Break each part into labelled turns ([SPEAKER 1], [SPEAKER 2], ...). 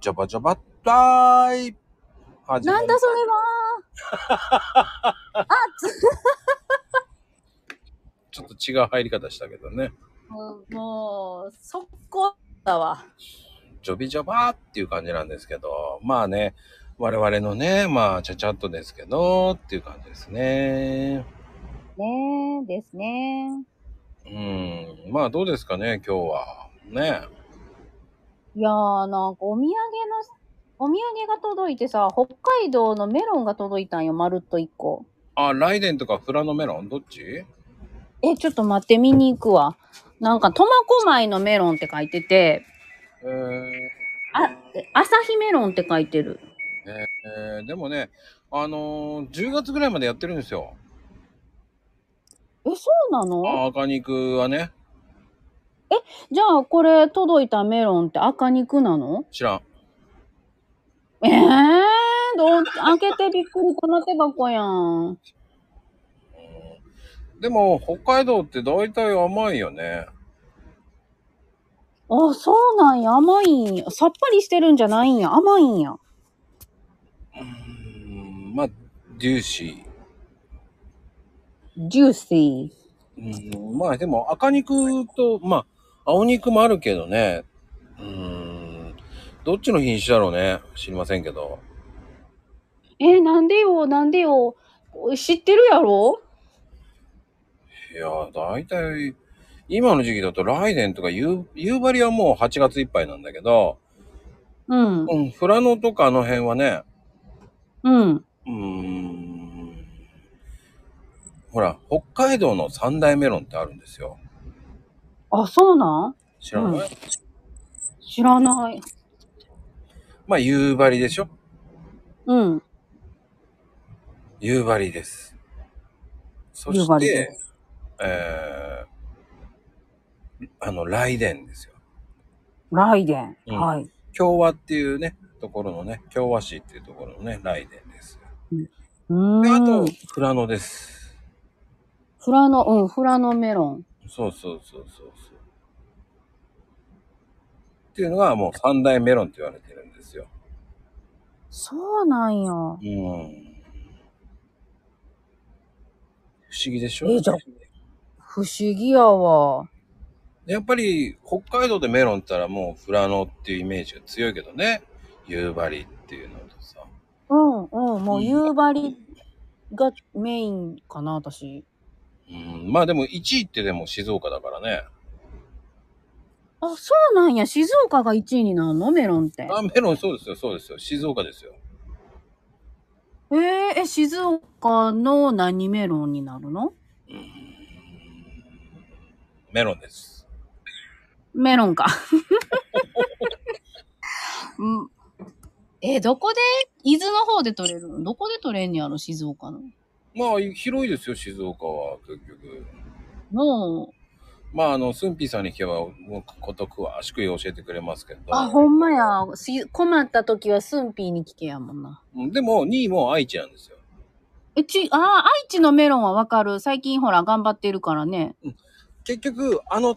[SPEAKER 1] ジャバジャバタイム始ま
[SPEAKER 2] な
[SPEAKER 1] り
[SPEAKER 2] んだそれはあつ、
[SPEAKER 1] ちょっと違う入り方したけどね。
[SPEAKER 2] もう、もう速攻だわ。
[SPEAKER 1] ジョビジョバーっていう感じなんですけど、まあね、我々のね、まあ、ちゃちゃっとですけど、っていう感じですね。
[SPEAKER 2] ねえ、ですね。
[SPEAKER 1] うん、まあどうですかね、今日は。ね。
[SPEAKER 2] いやー、なんかお土産の、お土産が届いてさ、北海道のメロンが届いたんよ、まるっと一個。
[SPEAKER 1] あ、ライデンとかフラノメロンどっち
[SPEAKER 2] え、ちょっと待って、見に行くわ。なんか、苫小牧のメロンって書いてて、
[SPEAKER 1] えー
[SPEAKER 2] あ、朝日メロンって書いてる。
[SPEAKER 1] えーでもね、あのー10月ぐらいまでやってるんですよ。
[SPEAKER 2] え、そうなの
[SPEAKER 1] あ赤肉はね、
[SPEAKER 2] じゃあ、これ届いたメロンって赤肉なの
[SPEAKER 1] 知らん。
[SPEAKER 2] ええー、どう、開けてびっくり、この手箱やん。
[SPEAKER 1] でも、北海道って大体甘いよね。
[SPEAKER 2] あ、そうなんや、甘いんや。さっぱりしてるんじゃないんや、甘いんや。
[SPEAKER 1] うん、まあ、ジューシ
[SPEAKER 2] ジューシー。
[SPEAKER 1] ー。うん、まあ、でも赤肉と、まあ、青肉もあるけどね。うん、どっちの品種だろうね。知りませんけど。
[SPEAKER 2] えーなんでよ、なんでよ。知ってるやろ
[SPEAKER 1] いやー、大体、今の時期だとライデンとか夕夕張はもう8月いっぱいなんだけど、
[SPEAKER 2] うん、
[SPEAKER 1] うん、富良野とかあの辺はね、
[SPEAKER 2] うん。
[SPEAKER 1] うーんほら、北海道の三大メロンってあるんですよ。
[SPEAKER 2] あ、そうなん
[SPEAKER 1] 知らない、
[SPEAKER 2] うん知らない。
[SPEAKER 1] まあ、夕張でしょ
[SPEAKER 2] うん。
[SPEAKER 1] 夕張です。そ
[SPEAKER 2] 夕張
[SPEAKER 1] し
[SPEAKER 2] で
[SPEAKER 1] て、えー、あの、雷電ですよ。
[SPEAKER 2] ライデン。
[SPEAKER 1] うん
[SPEAKER 2] はい。
[SPEAKER 1] 共和っていうね、ところのね、共和市っていうところのね、雷電です。
[SPEAKER 2] う
[SPEAKER 1] で、あ
[SPEAKER 2] ー
[SPEAKER 1] と
[SPEAKER 2] ん。、
[SPEAKER 1] 富良野です。
[SPEAKER 2] フラノ、うん、フラノメロン。
[SPEAKER 1] そうそうそうそうそう。っていうのがもう三大メロンって言われてるんですよ。
[SPEAKER 2] そうなんや。
[SPEAKER 1] うん不思議でしょ
[SPEAKER 2] えじゃあ不思議やわ。
[SPEAKER 1] やっぱり北海道でメロンって言ったらもう富良野っていうイメージが強いけどね夕張っていうのとさ
[SPEAKER 2] うん、うん、も
[SPEAKER 1] う
[SPEAKER 2] うん夕張がメインかな、私。
[SPEAKER 1] うんまあでも1位ってでも静岡だからね
[SPEAKER 2] あ、そうなんや。静岡が1位になるのメロンって。
[SPEAKER 1] あメロンそうですよそうですよ静岡ですよ
[SPEAKER 2] えー、え、静岡の何メロンになるの
[SPEAKER 1] メロンです
[SPEAKER 2] メロンか。 うんえーどこで伊豆の方で取れるのどこで取れんねやろ静岡の。
[SPEAKER 1] まあ広いですよ静岡は結局
[SPEAKER 2] もう、
[SPEAKER 1] まああのスンピーさんに聞けばもうこと詳しく教えてくれますけど
[SPEAKER 2] あ、ほんまや。し困った時はスンピーに聞けやもんな。
[SPEAKER 1] うんでも2位も愛知なんですよ
[SPEAKER 2] え、ち、あー、愛知のメロンはわかる。最近ほら、頑張ってるからね。
[SPEAKER 1] 結局あの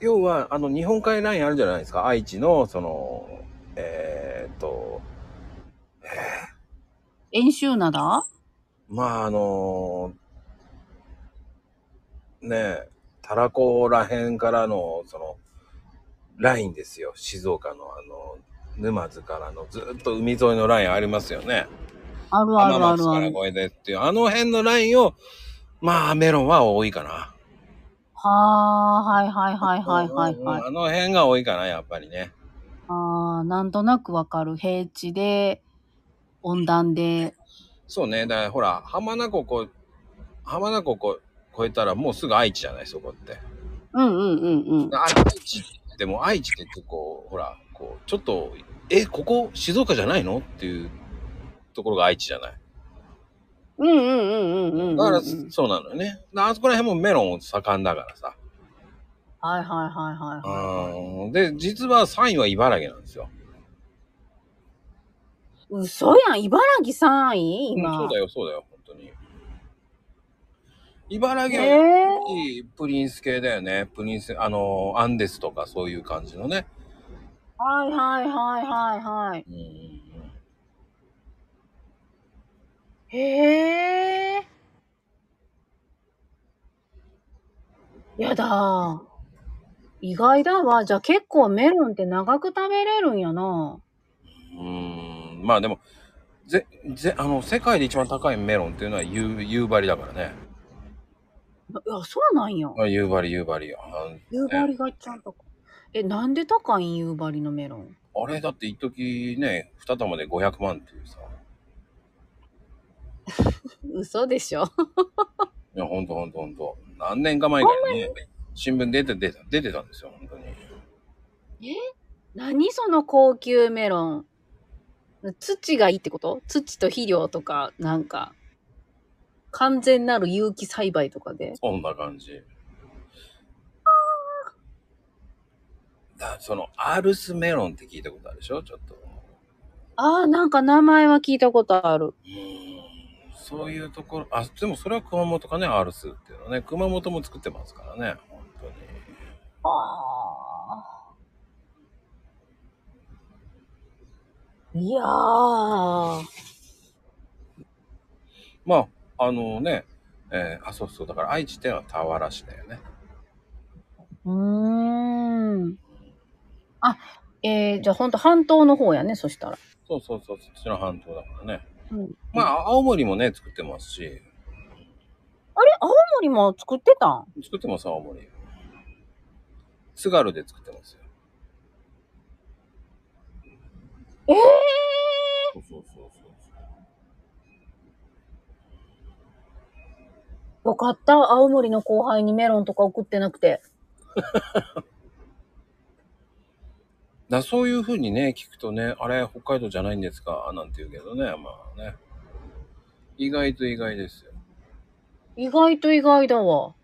[SPEAKER 1] 要はあの日本海ラインあるじゃないですか愛知のそのえーっと
[SPEAKER 2] 遠州灘
[SPEAKER 1] まああのねえたらこらへんからのそのラインですよ静岡のあの沼津からのずっと海沿いのラインありますよね
[SPEAKER 2] あるあるあ
[SPEAKER 1] 浜松
[SPEAKER 2] る
[SPEAKER 1] か
[SPEAKER 2] あ
[SPEAKER 1] ら
[SPEAKER 2] る。
[SPEAKER 1] 越えてっていうあの辺のラインをまあメロンは多いかな
[SPEAKER 2] はあ、はいはいはいはいはいはい。
[SPEAKER 1] うんあの辺が多いかなやっぱりね
[SPEAKER 2] ああ、なんとなくわかる。平地で、温暖で。
[SPEAKER 1] そうね。だからほら、浜名湖こう、浜名湖こう越えたらもうすぐ愛知じゃない、そこって。
[SPEAKER 2] うんうんうんうん。
[SPEAKER 1] あ愛知でも愛知って結構、ほら、こう、ちょっと、え、ここ静岡じゃないのっていうところが愛知じゃない。
[SPEAKER 2] うんうんうんうんうんうん。
[SPEAKER 1] だから、
[SPEAKER 2] はい
[SPEAKER 1] そうなのよね。だからあそこら辺もメロン盛んだからさ。
[SPEAKER 2] はいはいはい。
[SPEAKER 1] うん。で、実は3位は茨城なんですよ。
[SPEAKER 2] 嘘やん。茨城3位
[SPEAKER 1] うん
[SPEAKER 2] 今。
[SPEAKER 1] そうだよ、そうだよ、本当に。茨城はやっ
[SPEAKER 2] え
[SPEAKER 1] ぱりプリンス系だよね。プリンス、あの、アンデスとかそういう感じのね。
[SPEAKER 2] ー、はいはいはいはいはい。
[SPEAKER 1] うんうんうん
[SPEAKER 2] へえ。やだ。意外だわ。じゃあ結構メロンって長く食べれるんやな。
[SPEAKER 1] うーんまあでもぜぜあの世界で一番高いメロンっていうのは夕夕張だからね
[SPEAKER 2] いや、そうなんや。
[SPEAKER 1] あ夕張夕張あ
[SPEAKER 2] 夕張がちゃんと。え、なんで高いん夕張のメロン。
[SPEAKER 1] あれだって一時ね2玉で500万っていうさ
[SPEAKER 2] 嘘でしょ。
[SPEAKER 1] いやほんとほんとほんと何年か前からね新聞出て出て出てたんですよ本当に
[SPEAKER 2] 何その高級メロン。土がいいってこと土と肥料とか、なんか、完全なる有機栽培とかで。
[SPEAKER 1] そんな感じだそのアルスメロンって聞いたことあるでしょちょっと
[SPEAKER 2] ああ、なんか名前は聞いたことある。
[SPEAKER 1] うーんそういうところ、あ、でもそれは熊本かね、アールスっていうのはね、熊本も作ってますからね、本当に。
[SPEAKER 2] ああ。いやー。
[SPEAKER 1] まあ、あのね、えーあ、そうそう、だから愛知っていうのは田原市だよね。
[SPEAKER 2] うーん。あ、えー、じゃあほんと半島の方やね、そしたら。
[SPEAKER 1] そうそうそう、そっちの半島だからね。
[SPEAKER 2] うん、
[SPEAKER 1] まあ、青森もね、作ってますし、
[SPEAKER 2] あれ青森も作ってたん
[SPEAKER 1] 作ってます、青森。津軽で作ってますよ。
[SPEAKER 2] ええ
[SPEAKER 1] そ
[SPEAKER 2] ー
[SPEAKER 1] うそうそうそう。
[SPEAKER 2] よかった。青森の後輩にメロンとか送ってなくて。
[SPEAKER 1] だそういうふうにね、聞くとね、あれ、北海道じゃないんですか、なんて言うけどね、まあね。意外と意外ですよ。
[SPEAKER 2] 意外と意外だわ。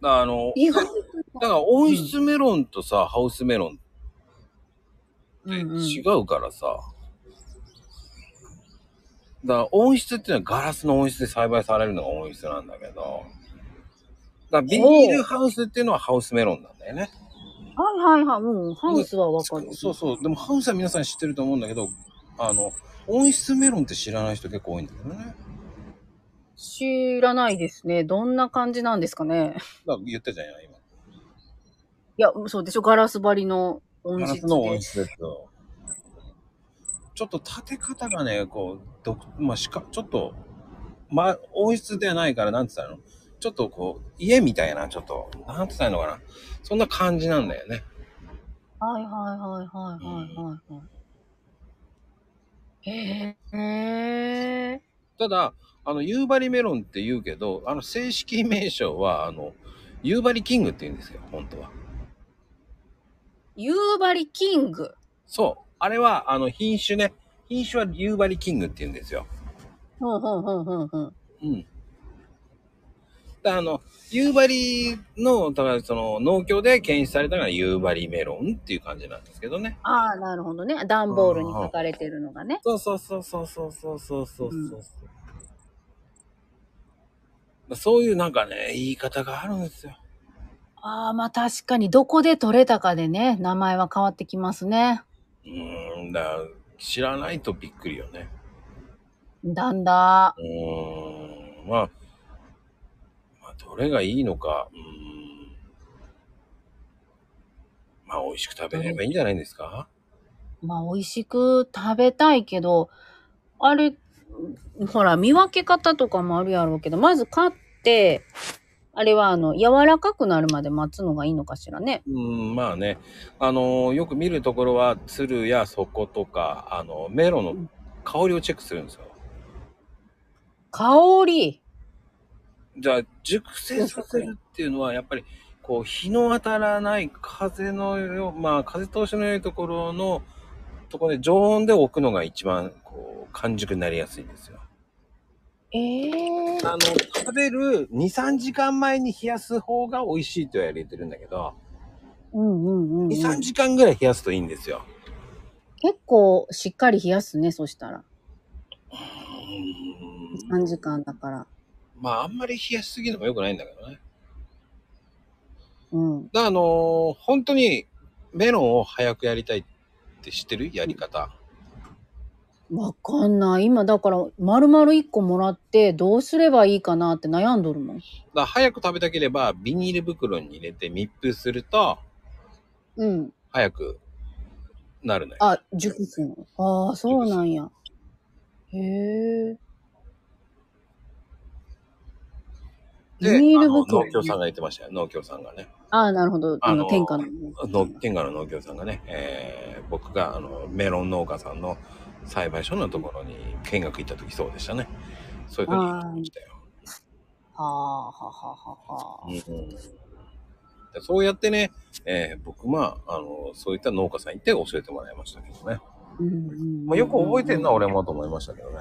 [SPEAKER 1] だからあの、
[SPEAKER 2] 意外と。
[SPEAKER 1] だから温室メロンとさ、ハウスメロンって
[SPEAKER 2] うんうん、
[SPEAKER 1] 違うからさ、だから温室っていうのはガラスの温室で栽培されるのが温室なんだけどだからビニールハウスっていうのはハウスメロンなんだよね
[SPEAKER 2] はいはいはい。うん。ハウスはわかる。
[SPEAKER 1] そうそうでもハウスは皆さん知ってると思うんだけどあの温室メロンって知らない人結構多いんだけどね
[SPEAKER 2] 知らないですね。どんな感じなんですかね。
[SPEAKER 1] だから言ったじゃん今
[SPEAKER 2] いや、そうでしょ。ガラス張りの音
[SPEAKER 1] ガラ
[SPEAKER 2] 質
[SPEAKER 1] スの
[SPEAKER 2] で
[SPEAKER 1] 音。質ですよちょっと立て方がね、こう、独まあ、しか、ちょっと、まあ、音質ではないから、なんつったらいいのちょっとこう、家みたいな、ちょっと、なんつったらいいのかな。そんな感じなんだよね。
[SPEAKER 2] はいはいはいはいはいはいはい。へえ。
[SPEAKER 1] ただ、あの、夕張メロンって言うけど、あの、正式名称は、あの、夕張キングって言うんですよ、本当は。
[SPEAKER 2] 夕張キング。
[SPEAKER 1] そう。あれは、あの、品種ね。品種は夕張キングって言うんですよ。
[SPEAKER 2] ほんほんほんほんほん。
[SPEAKER 1] うん。だあの、夕張の、だからその農協で検出されたのが夕張メロンっていう感じなんですけどね。
[SPEAKER 2] ああ、なるほどね。段ボールに書かれてるのがね。
[SPEAKER 1] そうそうそうそうそうそうそうそうそう
[SPEAKER 2] うん
[SPEAKER 1] だそういうなんかね、言い方があるんですよ。
[SPEAKER 2] ああ、まあ確かに、どこで取れたかでね、名前は変わってきますね。
[SPEAKER 1] うーん、だから知らないとびっくりよね。
[SPEAKER 2] だんだ。
[SPEAKER 1] うーん、まあ、まあ、どれがいいのか、うーん。まあ、美味しく食べればいいんじゃないですか、
[SPEAKER 2] まあ美味しく食べたいけど、あれ、ほら、見分け方とかもあるやろうけど、まず買って、あれはあの、柔らかくなるまで待つのがいいのかしらね。
[SPEAKER 1] うん、まあね、あのーよく見るところは、鶴や底とか、あのメロンの香りをチェックするんですよ。
[SPEAKER 2] 香り。
[SPEAKER 1] じゃあ、熟成させるっていうのは、やっぱり、こう、日の当たらない風のよ、まあ、風通しの良いところの、ところで常温で置くのが一番、こう、完熟になりやすいんですよ。
[SPEAKER 2] ええ
[SPEAKER 1] あの、食べる2、3時間前に冷やす方が美味しいとは言われてるんだけど、
[SPEAKER 2] うんうんうん、うん。
[SPEAKER 1] 2、3
[SPEAKER 2] 結
[SPEAKER 1] 時間ぐらい冷やすといいんですよ。
[SPEAKER 2] 構しっかり冷やすね、そしたら。
[SPEAKER 1] うん
[SPEAKER 2] 3時間だから。
[SPEAKER 1] まあ、あんまり冷やしすぎるのも良くないんだけどね。
[SPEAKER 2] うん。
[SPEAKER 1] だあのー本当にメロンを早くやりたいって知ってるやり方。
[SPEAKER 2] わかんない。今だから、丸々一個もらって、どうすればいいかなって悩んどるもん。
[SPEAKER 1] だから早く食べたければ、ビニール袋に入れて密封すると、
[SPEAKER 2] うん。
[SPEAKER 1] 早くなるのよ。
[SPEAKER 2] あ、熟すの。ああ、そうなんや。へえ。
[SPEAKER 1] で、
[SPEAKER 2] ビニール
[SPEAKER 1] あの農協さん
[SPEAKER 2] 袋。
[SPEAKER 1] が言ってましたよ。農協さんがね。
[SPEAKER 2] ああ、なるほど。
[SPEAKER 1] あ
[SPEAKER 2] あ
[SPEAKER 1] の
[SPEAKER 2] の、天下の。
[SPEAKER 1] の天下の農協さんがね、えー僕があのメロン農家さんの栽培所のところに見学行った時そうでしたね。そういうふうに言ってましたよ。
[SPEAKER 2] はあ、はあはあはあ。
[SPEAKER 1] うんでそうやってね、えー僕まああのそういった農家さん行って教えてもらいましたけどね、
[SPEAKER 2] うんうん
[SPEAKER 1] まあ、よく覚えてんな俺もと思いましたけどね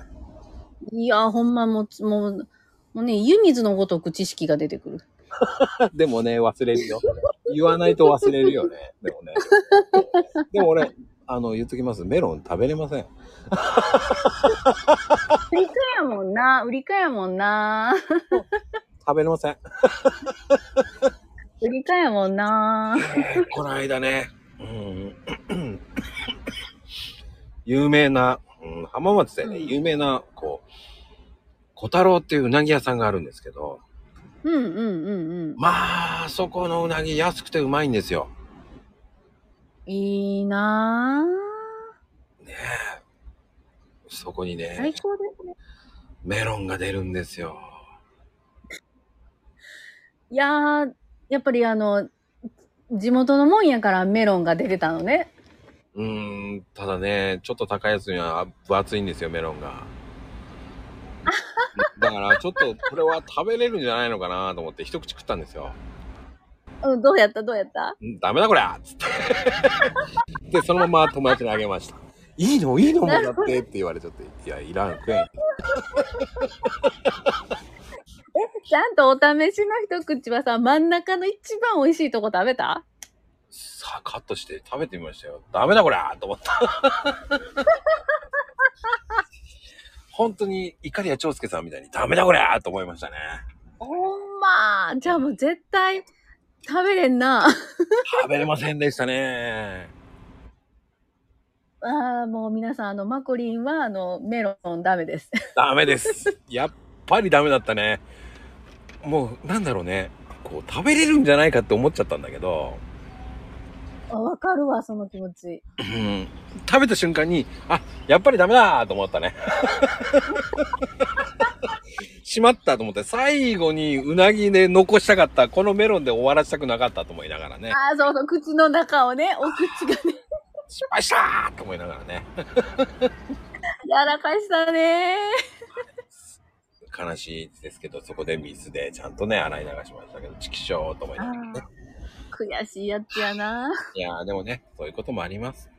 [SPEAKER 2] いや、ほんまもう、もう、もうね、湯水のごとく知識が出てくる。
[SPEAKER 1] でもね、忘れるよ。言わないと忘れるよね。でもね。でも俺、あの、言っときます。メロン食べれません。
[SPEAKER 2] 売りかやもんな、売りかやもんな。
[SPEAKER 1] 食べれません。
[SPEAKER 2] 売りかやもんな。
[SPEAKER 1] この間ね、うん、有名な、うん、浜松でね、
[SPEAKER 2] うん
[SPEAKER 1] 有名な、こう、小太郎っていううなぎ屋さんがあるんですけど、
[SPEAKER 2] うんうんうんうん。
[SPEAKER 1] まあ、そこのうなぎ安くてうまいんですよ。
[SPEAKER 2] いいな
[SPEAKER 1] ねえ。そこに
[SPEAKER 2] ぁ。
[SPEAKER 1] ね
[SPEAKER 2] 最、高ですね。
[SPEAKER 1] メロンが出るんですよ。
[SPEAKER 2] いやー、やっぱりあの、地元のもんやからメロンが出てたのね。
[SPEAKER 1] うーん、ただね、ちょっと高いやつには分厚いんですよ、メロンが。だから、ちょっとこれは食べれるんじゃないのかなと思って、一口食ったんですよ。
[SPEAKER 2] うん、どうやったどうやった
[SPEAKER 1] んダメだこりゃっつって。で、そのまま友達にあげました。いいのいいのもらってって言われちゃって、いや、いらん、食えん。
[SPEAKER 2] ちゃんとお試しの一口はさ、真ん中の一番美味しいとこ食べた
[SPEAKER 1] さあ、カットして食べてみましたよ。ダメだこりゃと思った。 本当に、怒りや長介さんみたいに、ダメだこりゃと思いましたね。
[SPEAKER 2] ほんまじゃあもう絶対食べれんな。
[SPEAKER 1] 食べれませんでしたね。
[SPEAKER 2] ああ、もう皆さん、あの、マコリンは、あの、メロンダメです。
[SPEAKER 1] ダメです。やっぱりダメだったね。もう、なんだろうね。こう、食べれるんじゃないかって思っちゃったんだけど、
[SPEAKER 2] あわかるわ、その気持ち。
[SPEAKER 1] うん、食べた瞬間に、あ、やっぱりダメだと思った ね。しまったと思って、最後にうなぎで残したかった、このメロンで終わらせたくなかったと思いながらね、
[SPEAKER 2] ああ、そうそう、口の中をね、お口がね、
[SPEAKER 1] 失敗したーと思いながらね、
[SPEAKER 2] やらかしたね
[SPEAKER 1] 悲しいですけど、そこで水でちゃんとね、洗い流しましたけど、チキショーと思い
[SPEAKER 2] あ
[SPEAKER 1] ながらね。
[SPEAKER 2] ー悔しいやつやな。
[SPEAKER 1] いやーでもね、そういうこともあります。